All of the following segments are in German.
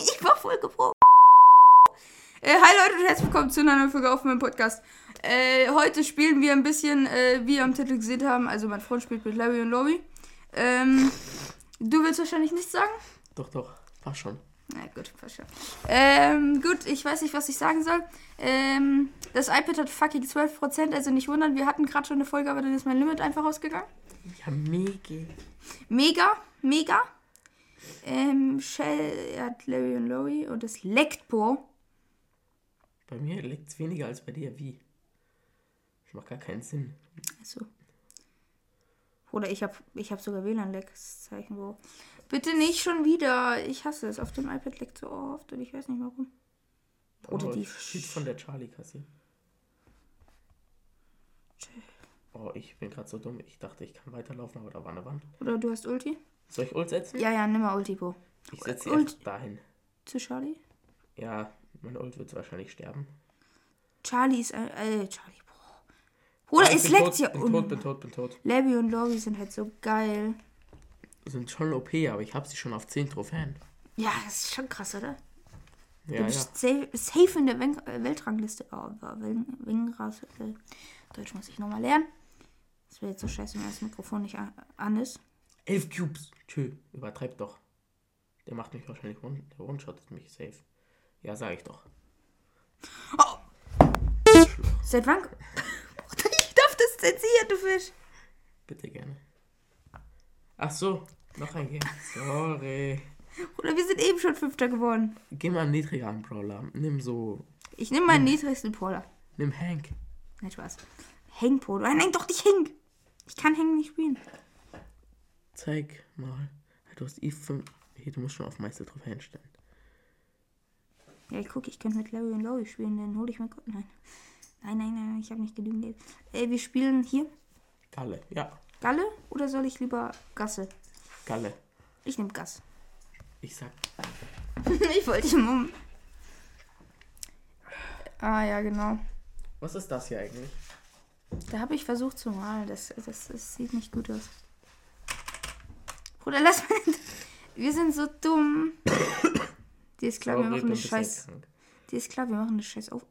ich war voll gebrochen. Äh, hi Leute und herzlich willkommen zu einer neuen Folge auf meinem Podcast. Äh, heute spielen wir ein bisschen, äh, wie ihr am Titel gesehen haben. Also mein Freund spielt mit Larry und Lobby. Ähm, du willst wahrscheinlich nichts sagen? Doch, doch, passt schon. Na gut, verstehe. Ähm, gut, ich weiß nicht, was ich sagen soll. Ähm, das iPad hat fucking 12%, also nicht wundern, wir hatten gerade schon eine Folge, aber dann ist mein Limit einfach ausgegangen. Ja, mega. Mega, mega. Ähm, Shell hat Larry und Lowry und es leckt, Bo. Bei mir liegt es weniger als bei dir. Wie? Das macht gar keinen Sinn. Also. Oder ich habe ich hab sogar WLAN-Leck. Das ist ein Zeichen, Bo. Bitte nicht schon wieder. Ich hasse es. Auf dem iPad leckt so oft und ich weiß nicht warum. Oder oh, die ich schieb von der Charlie-Kasse. Oh, ich bin gerade so dumm. Ich dachte, ich kann weiterlaufen, aber da war eine Wand. Oder du hast Ulti? Soll ich Ult setzen? Ja, ja, nimm mal Ulti, Bo. Ich setze sie Ult. einfach dahin. Zu Charlie? Ja, mein Ult wird wahrscheinlich sterben. Charlie ist ein. Äh, Charlie, Bo. Oder Ah, ich es bin leckt tot, ja Bin tot, unten. bin tot, bin tot. Larry und Lowry sind halt so geil. Sind schon OP, aber ich habe sie schon auf 10 Trophäen. Ja, das ist schon krass, oder? Du Ja, ja. bist safe, safe in der Wen- äh, Weltrangliste. Oh, aber Wen- Wengras, äh, Deutsch muss ich nochmal lernen. Das wäre jetzt so scheiße, wenn das Mikrofon nicht an, an ist. 11 Cubes. Tschö, übertreib doch. Der macht mich wahrscheinlich rund. Der one-shottet mich safe. Ja, sag ich doch. Oh, seit wann? ich darf das zensieren, du Fisch. Bitte gerne. Ach so, noch ein Game. Sorry. Oder wir sind eben schon Fünfter geworden. Geh mal einen niedrigeren Brawler. Nimm so. Ich nehme meinen niedrigsten Polar. Nimm Hank. Nein, Spaß. Hank Polo. Ah, Nein, doch nicht Hank. Ich kann Hank nicht spielen. Zeig mal. Du hast E5. Hier, du musst schon auf Meister drauf hinstellen. Ja, ich gucke, ich könnte mit Larry und Lowry spielen, dann hole ich mir Gott. Nein. Nein, nein, nein, ich habe nicht genügend Geld. Ey, wir spielen hier Galle. Ja, Galle oder soll ich lieber Gasse? Galle. Ich nehme Gas. Ich sag. ich wollte ihn um. Ah ja, genau. Was ist das hier eigentlich? Da habe ich versucht zu malen. Das, das, das sieht nicht gut aus. Bruder, lass mal. Wir sind so dumm. Die ist klar, wir machen eine scheiß. Die ist klar, wir machen eine scheiß auf.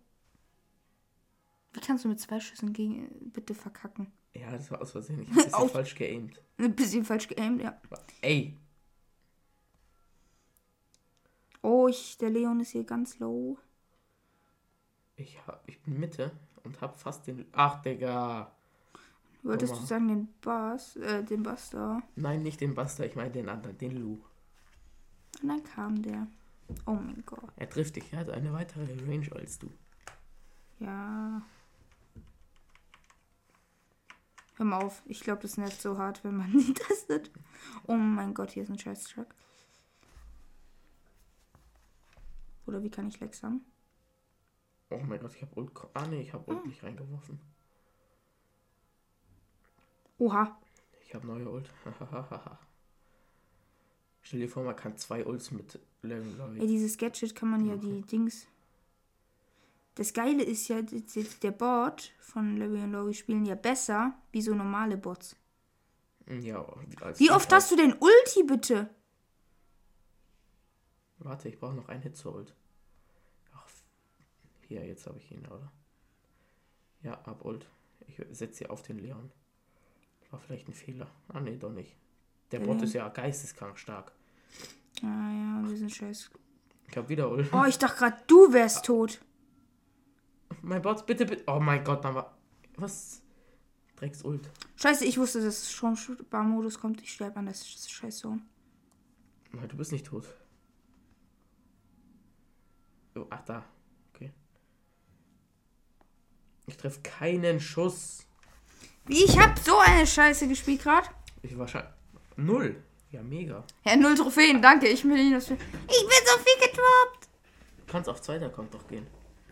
Wie kannst du mit zwei Schüssen gegen. Bitte verkacken. Ja, das war aus Versehen. Ich hab ein bisschen Auf- falsch geaimt. Ein bisschen falsch geaimt, ja. Ey, Oh, ich, der Leon ist hier ganz low. ich, hab, ich bin Mitte und hab fast den. Ach, Digga. Wolltest Guck du mal. sagen, den Bass, äh, den Bass da? Nein, nicht den Buster, ich meine den anderen, den Lou. Und dann kam der. Oh mein Gott. Er trifft dich, er hat eine weitere Range als du. Ja. Hör mal auf. Ich glaube, das nervt so hart, wenn man nie testet. Oh mein Gott, hier ist ein scheiß Truck. Oder wie kann ich Lex haben? Oh mein Gott, ich hab Ult. ko- Ah, nee, ich hab Ult nicht reingeworfen. Oha. Ich hab neue Ult. Stell dir vor, man kann zwei Ults mit Level Ey, Lobby. dieses Gadget kann man ja die Dings. Das Geile ist ja, die- die- der Bot von Larry und Lowry spielen ja besser wie so normale Bots. Ja, als Wie oft hast du denn Ulti bitte? Warte, ich brauche noch einen Hit zur Ult. Ach, f- hier, jetzt habe ich ihn, oder? Ja, ab Ult. Ich setze sie auf den Leon. War vielleicht ein Fehler. Ah, nee, doch nicht. Der Bot ist ja geisteskrank stark. Ah ja, wir sind scheiß. Ich hab wieder Ult. Oh, ich dachte gerade, du wärst tot. Mein Bot, bitte, bitte. Oh mein Gott, dann war. Was? Drecks Ult. Scheiße, ich wusste, dass Sturmsparmodus kommt. Ich sterbe an das Sch- scheiß Sohn. Nein, du bist nicht tot. Oh, ach da. Okay. Ich treffe keinen Schuss. Wie, ich hab so eine Scheiße gespielt gerade. Ich wahrscheinlich. Null. Ja, mega. Ja, null Trophäen, danke. Ich will nicht, dass wir... Ich bin so viel getroppt. Du kannst auf zweiter Account doch gehen.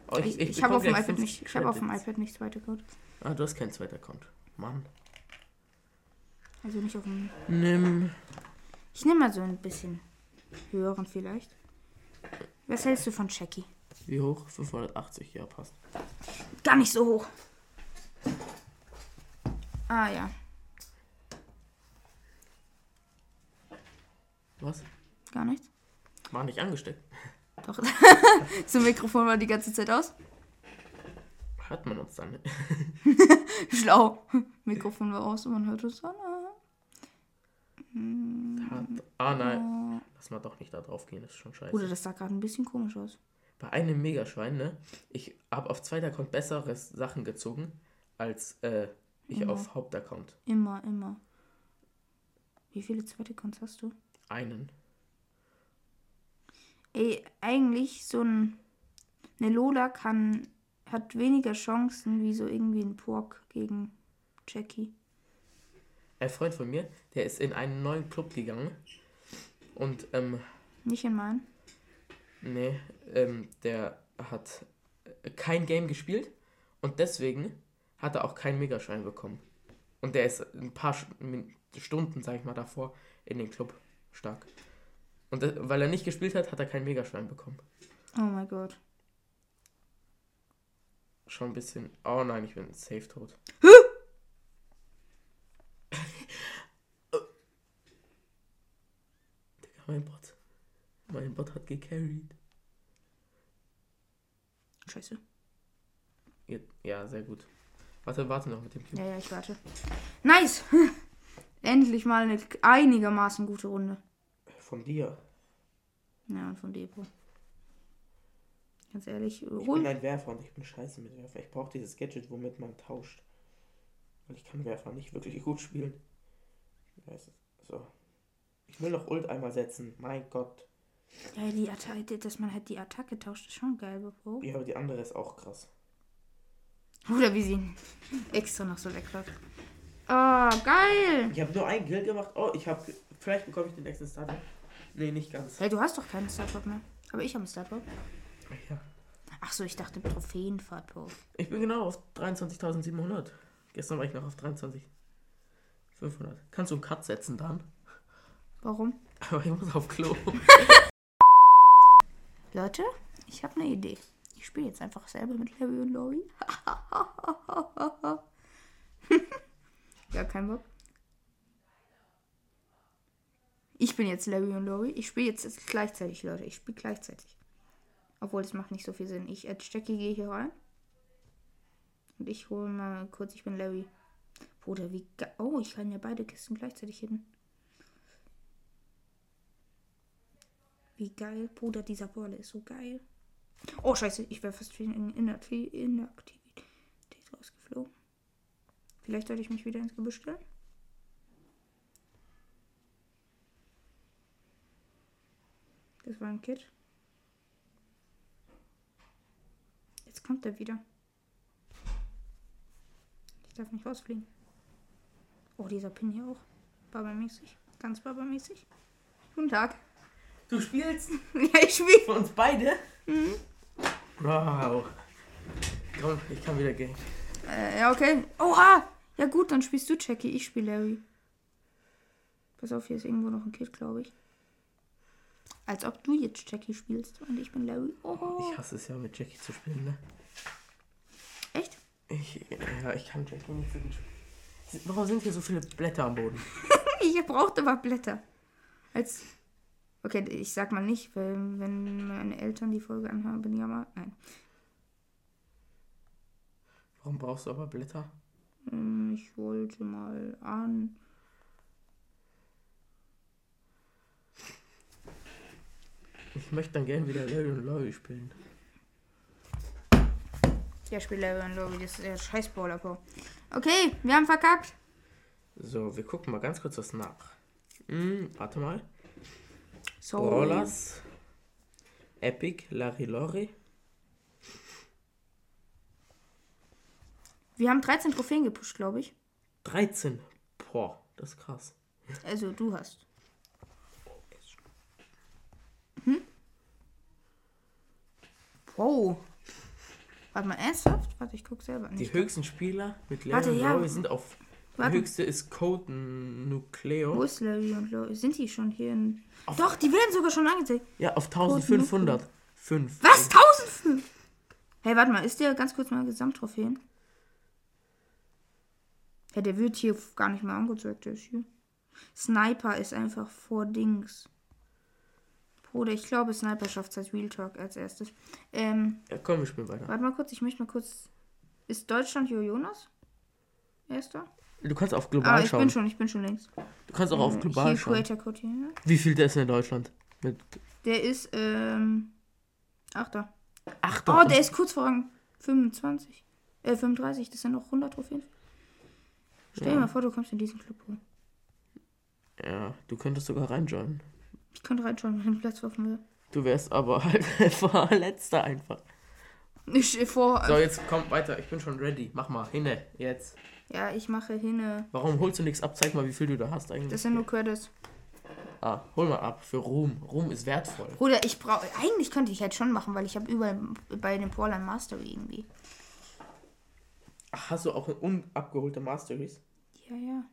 Oh, Ich, ich, habe auf dem bekomme gleich iPad nicht... 50 Ich habe auf dem Credits. iPad nichts weiter gehört. Ah, du hast keinen zweiten Account. Mann. Also nicht auf dem... Nimm. Ich nehme mal so ein bisschen höheren vielleicht. Was hältst du von Jackie? Wie hoch? 580. Ja, passt. Gar nicht so hoch. Ah ja. Was? Gar nichts. War nicht angesteckt. Doch. das Mikrofon war die ganze Zeit aus. Hört man uns dann? Schlau. Mikrofon war aus und man hört Ah, uns an. Hm. Hat, ah nein. Lass mal doch nicht da drauf gehen, das ist schon scheiße. Oder das sah gerade ein bisschen komisch aus. Bei einem Megaschwein, ne? Ich habe auf zweiter Account bessere Sachen gezogen, als äh, ich Mhm. auf Hauptaccount. Immer, immer. Wie viele zweite Cons hast du? Einen. Ey, eigentlich so ein. Eine Lola kann. hat weniger Chancen wie so irgendwie ein Pork gegen Jackie. Ein Freund von mir, der ist in einen neuen Club gegangen. Und, ähm, Nicht in meinen. nee, ähm, der hat äh, kein Game gespielt. Und deswegen hat er auch keinen Megaschwein bekommen. Und der ist ein paar Sch- Min- Stunden, sag ich mal, davor in den Club stark. Und äh, weil er nicht gespielt hat, hat er keinen Megaschwein bekommen. Oh mein Gott. Schon ein bisschen. Oh nein, ich bin safe tot. Digga, mein Bot. Mein Bot hat gecarried. Scheiße. Ja, Ja, sehr gut. Warte, warte noch mit dem Cube. Ja, ja, ich warte. Nice! Endlich mal eine einigermaßen gute Runde. Von dir. Ja, und von Depot. Ganz ehrlich, Ich hol. bin ein Werfer und ich bin scheiße mit Werfer. Ich brauche dieses Gadget, womit man tauscht. Weil ich kann Werfer nicht wirklich gut spielen. Ich weiß es. So. Ich will noch Ult einmal setzen. Mein Gott. Ja, die Attacke, dass man halt die Attacke tauscht, ist schon geil, Bro. Ja, aber die andere ist auch krass. Oder wie sie ihn extra noch so wegläuft. Ah, geil! Ich habe nur einen Grill gemacht. Oh, ich habe. Vielleicht bekomme ich den nächsten Starter. Nee, nicht ganz. Hey, du hast doch keinen Starpop mehr. Aber ich habe einen Starpop. Ja. Ach so, ich dachte Trophäenfahrt, Bro. Ich bin genau auf 23.700. Gestern war ich noch auf 23.500. Kannst du einen Cut setzen, dann? Warum? Aber ich muss auf Klo. Leute, ich habe eine Idee. Ich spiele jetzt einfach selber mit Larry und Lori. ja, kein Bock. Ich bin jetzt Larry und Lori. Ich spiele jetzt gleichzeitig, Leute. Ich spiele gleichzeitig. Obwohl, das macht nicht so viel Sinn. Ich als Jackie gehe hier rein. Und ich hole mal kurz, ich bin Larry. Bruder, wie ge- Oh, ich kann ja beide Kisten gleichzeitig hin. Wie geil, Bruder, dieser Ball ist so geil. Oh, scheiße, ich wäre fast wegen Inakti- Inaktivität rausgeflogen. Vielleicht sollte ich mich wieder ins Gebüsch stellen. Das war ein Kid. Jetzt kommt er wieder. Ich darf nicht rausfliegen. Oh, dieser Pin hier auch. Barbermäßig. Ganz barbermäßig. Guten Tag. Du spielst Ja, ich spiele. für uns beide? Mhm. Wow. Komm, ich kann wieder gehen. Äh, ja, okay. Oha! Ja gut, dann spielst du Jackie, ich spiele Larry. Pass auf, hier ist irgendwo noch ein Kid, glaube ich. Als ob du jetzt Jackie spielst und ich bin Larry. Oh, Ich hasse es ja, mit Jackie zu spielen, ne? echt? Ich, ja, ich kann Jackie nicht so gut spielen. Warum sind hier so viele Blätter am Boden? Ich brauchte aber Blätter. Als. Okay, ich sag mal nicht, weil wenn meine Eltern die Folge anhören, bin ich aber. Nein. Warum brauchst du aber Blätter? Ähm, Ich wollte mal an. Ich möchte dann gerne wieder Larry und Larry spielen. Ja, ich spiele Larry und Lobby, das ist ja scheiß Baller, Bro. Okay, wir haben verkackt. So, wir gucken mal ganz kurz was nach. Hm, warte mal. So. Brawlers, Epic, Larry Lori. Wir haben 13 Trophäen gepusht, glaube ich. 13. Boah, das ist krass. Also du hast. Hm? Wow. Warte mal, ernsthaft? Warte, ich guck selber Die nicht. höchsten Spieler mit Warte, Larry und ja. Lori sind auf. Der Warte. höchste ist Code Nucleo. Wo ist Larry und Lori? Sind die schon hier in... Doch, die werden sogar schon angezeigt. Ja, auf 1500. Fünf. Was? 1005? Hey, warte mal, ist der ganz kurz mal Gesamttrophäen? Ja, der wird hier gar nicht mehr angezeigt, der ist hier. Sniper ist einfach vor Dings. Oder ich glaube, Sniper schafft als Real Talk als erstes. Ähm, Ja, komm, wir spielen weiter. warte mal kurz, ich möchte mal kurz. Ist Deutschland Jo Jonas? Erster? Du kannst auf Ah, global ich schauen. bin schon, ich bin schon längst. Du kannst auch auf global Hier schauen. Creator Code hier. ne? Wie viel der ist in Deutschland? Mit Der ist, ähm. Achter. Ach Oh, der ist kurz vor Rang 25. Äh, 35, das sind noch 100 Trophäen. Stell dir Ja. mal vor, du kommst in diesen Club hoch. Oh, Ja, du könntest sogar reinjoinen. Ich könnte reinschauen, wenn ich Platz offen will. Du wärst aber halt letzter einfach. Ich äh, vor. So, jetzt komm weiter. Ich bin schon ready. Mach mal. Hinne. Jetzt. Ja, ich mache hinne. Warum holst du nichts ab? Zeig mal, wie viel du da hast eigentlich. Das sind nur Credits. ah, hol mal ab. Für Ruhm. Ruhm ist wertvoll. Bruder, ich brauche. Eigentlich könnte ich halt schon machen, weil ich habe überall bei den Brawlern Mastery irgendwie. Ach, hast du auch unabgeholte Masteries? Ja, ja.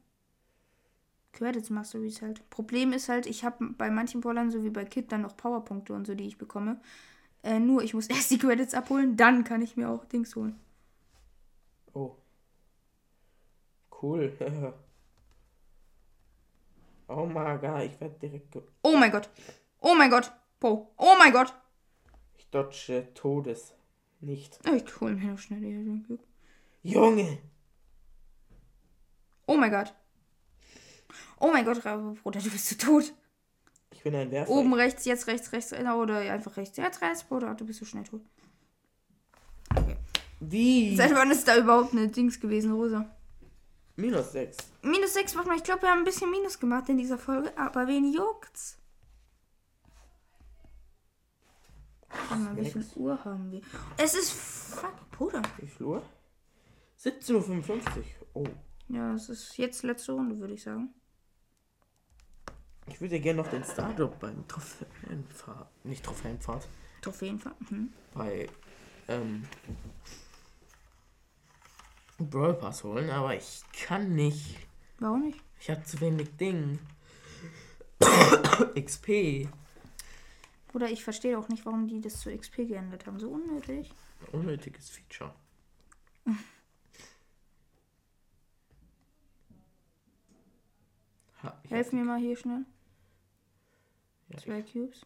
Credits Masteries halt. Problem ist halt, ich habe bei manchen Brawlern, so wie bei Kid, dann noch Powerpunkte und so, die ich bekomme. Äh, nur ich muss erst die Credits abholen, dann kann ich mir auch Dings holen. Oh. Cool. oh mein Gott, ich werde direkt... Ge Oh mein Gott. Oh mein Gott. Po. Oh mein Gott. ich dodge Todes. Nicht. Oh, Ich hole mir noch schnell den Glück. Junge! Oh mein Gott. Oh mein Gott, Rabe, Bruder, du bist zu tot. Ich bin ein Werfer. Oben rechts, jetzt rechts, rechts, äh, oder einfach rechts, jetzt rechts, Bruder, du bist so schnell tot. Wie? Seit wann ist da überhaupt eine Dings gewesen, Rosa? Minus 6. Minus 6, warte mal, ich glaube, wir haben ein bisschen Minus gemacht in dieser Folge, aber wen juckt's? Warte mal, wie viel Sechs. Uhr haben wir? Es ist. Fuck, Bruder. Wie viel Uhr? 17.55 Uhr. Oh. Ja, es ist jetzt letzte Runde, würde ich sagen. Ich würde gerne noch den Startup beim Trophäenfahrt. Nicht Trophäenfahrt. Trophäenfahrt. Mhm. Bei. Ähm. Brawl Pass holen, aber ich kann nicht. Warum nicht? Ich habe zu wenig Ding. XP. Bruder, ich verstehe auch nicht, warum die das zu XP geändert haben. So unnötig. Unnötiges Feature. Ha, ich Helf hab die- mir mal hier schnell. Ja, ich- Zwei Cubes.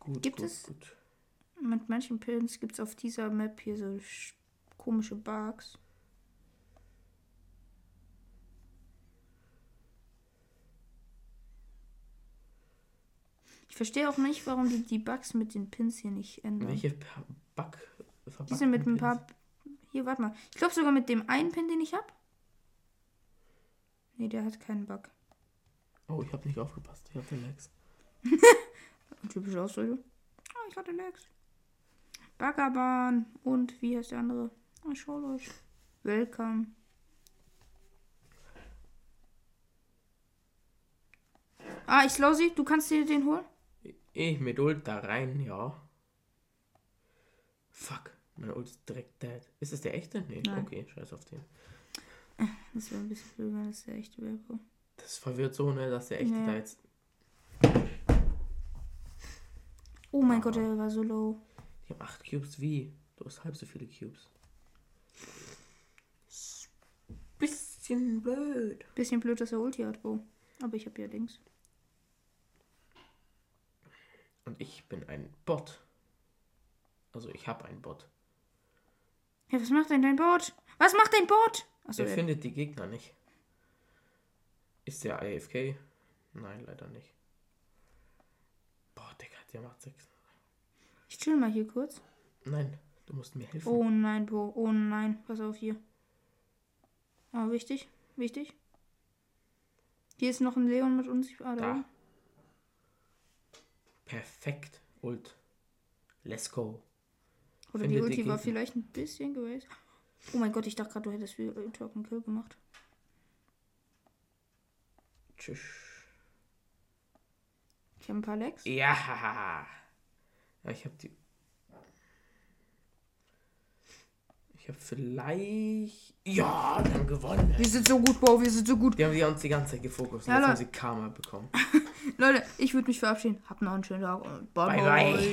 Gut, Gibt gut, es- Gut. Mit manchen Pillen gibt es auf dieser Map hier so sch- komische Bugs. Ich verstehe auch nicht, warum die die Bugs mit den Pins hier nicht ändern. Welche Pa- Bug? Die sind mit ein verbackten paar. Hier, warte mal. Ich glaube sogar mit dem einen Pin, den ich habe. Nee, der hat keinen Bug. Pins? Oh, ich habe nicht aufgepasst. Ich hatte Max. Typische Ausrede. Oh, ich hatte Lex. Baggerbahn. Und wie heißt der andere? Oh, schaut euch. Welcome. Ah, ich slow sie. Du kannst dir den holen. Ich E, eh, mit Ult da rein, ja. Fuck, meine Ult ist direkt dead. Ist das der echte? Nee, Nein. okay, scheiß auf den. Das wäre ein bisschen blöd, wenn das der echte wäre. Das verwirrt so, ne, dass der echte Ja. da jetzt. Oh mein Gott, der war so low. Die haben 8 Cubes wie? Du hast halb so viele Cubes. Ist Bisschen blöd. Bisschen blöd, dass er Ulti hat, Bro. Aber ich habe ja Dings. Und ich bin ein Bot. Also ich habe einen Bot. Ja, was macht denn dein Boot? Was macht dein Boot? Achso, Der der, findet die Gegner nicht. Ist der AFK? Nein, leider nicht. Boah, Digga, der macht 6. ich chill mal hier kurz. Nein, du musst mir helfen. Oh nein, Bro. Oh nein. Pass auf hier. Ah, wichtig. Wichtig. Hier ist noch ein Leon mit uns. Ah, da. Da. oben. Perfekt. Ult. Let's go. Oder Finde die die Ulti war Gegner. vielleicht ein bisschen gewesen. Oh mein Gott, ich dachte gerade, du hättest wieder Talk and Kill gemacht. Tschüss. Ich habe ein paar Legs. Ja. haha. Ja, ich habe die. Ich habe vielleicht. Ja, wir haben gewonnen. Wir sind so gut, Bro. Wir sind so gut. Die haben die uns die ganze Zeit gefokust. Ja, Jetzt haben Leute. sie Karma bekommen. Leute, ich würde mich verabschieden. Habt noch einen schönen Tag und bye Bye, bye. bye.